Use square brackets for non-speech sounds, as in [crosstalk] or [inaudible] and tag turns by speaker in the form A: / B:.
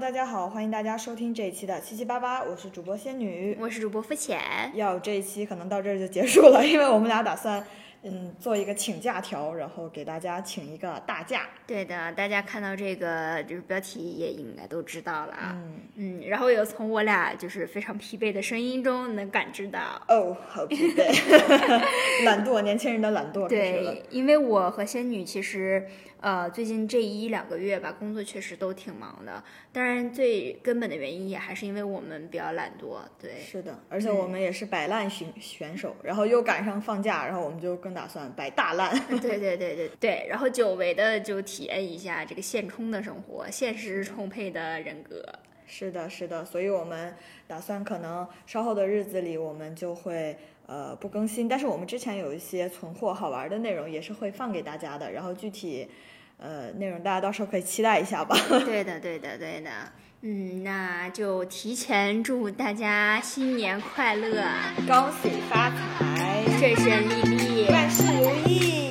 A: 大家好，欢迎大家收听这一期的七七八八，我是主播仙女。
B: 我是主播肤浅，
A: 要这一期可能到这儿就结束了，因为我们俩打算嗯做一个请假条，然后给大家请一个大假。
B: 对的，大家看到这个就是标题也应该都知道了啊，
A: 嗯，
B: 嗯，然后有从我俩就是非常疲惫的声音中能感知到，
A: 哦，好疲
B: [laughs]
A: 惫，懒惰，年轻人的懒惰开始了。
B: 对，因为我和仙女其实呃最近这一两个月吧，工作确实都挺忙的，当然最根本的原因也还是因为我们比较懒惰，对，
A: 是的，嗯而且我们也是摆烂选选手，然后又赶上放假，然后我们就更打算摆大烂。
B: 对对对对对，然后久违的就体验一下这个现充的生活，现实充沛的人格。
A: 是的，是的，所以我们打算可能稍后的日子里，我们就会呃不更新，但是我们之前有一些存货好玩的内容也是会放给大家的，然后具体呃内容大家到时候可以期待一下吧。 [laughs]
B: 对的，对的，对的。嗯，那就提前祝大家新年快乐，啊
A: 恭喜发财，
B: 顺顺利利。
A: 万事如意。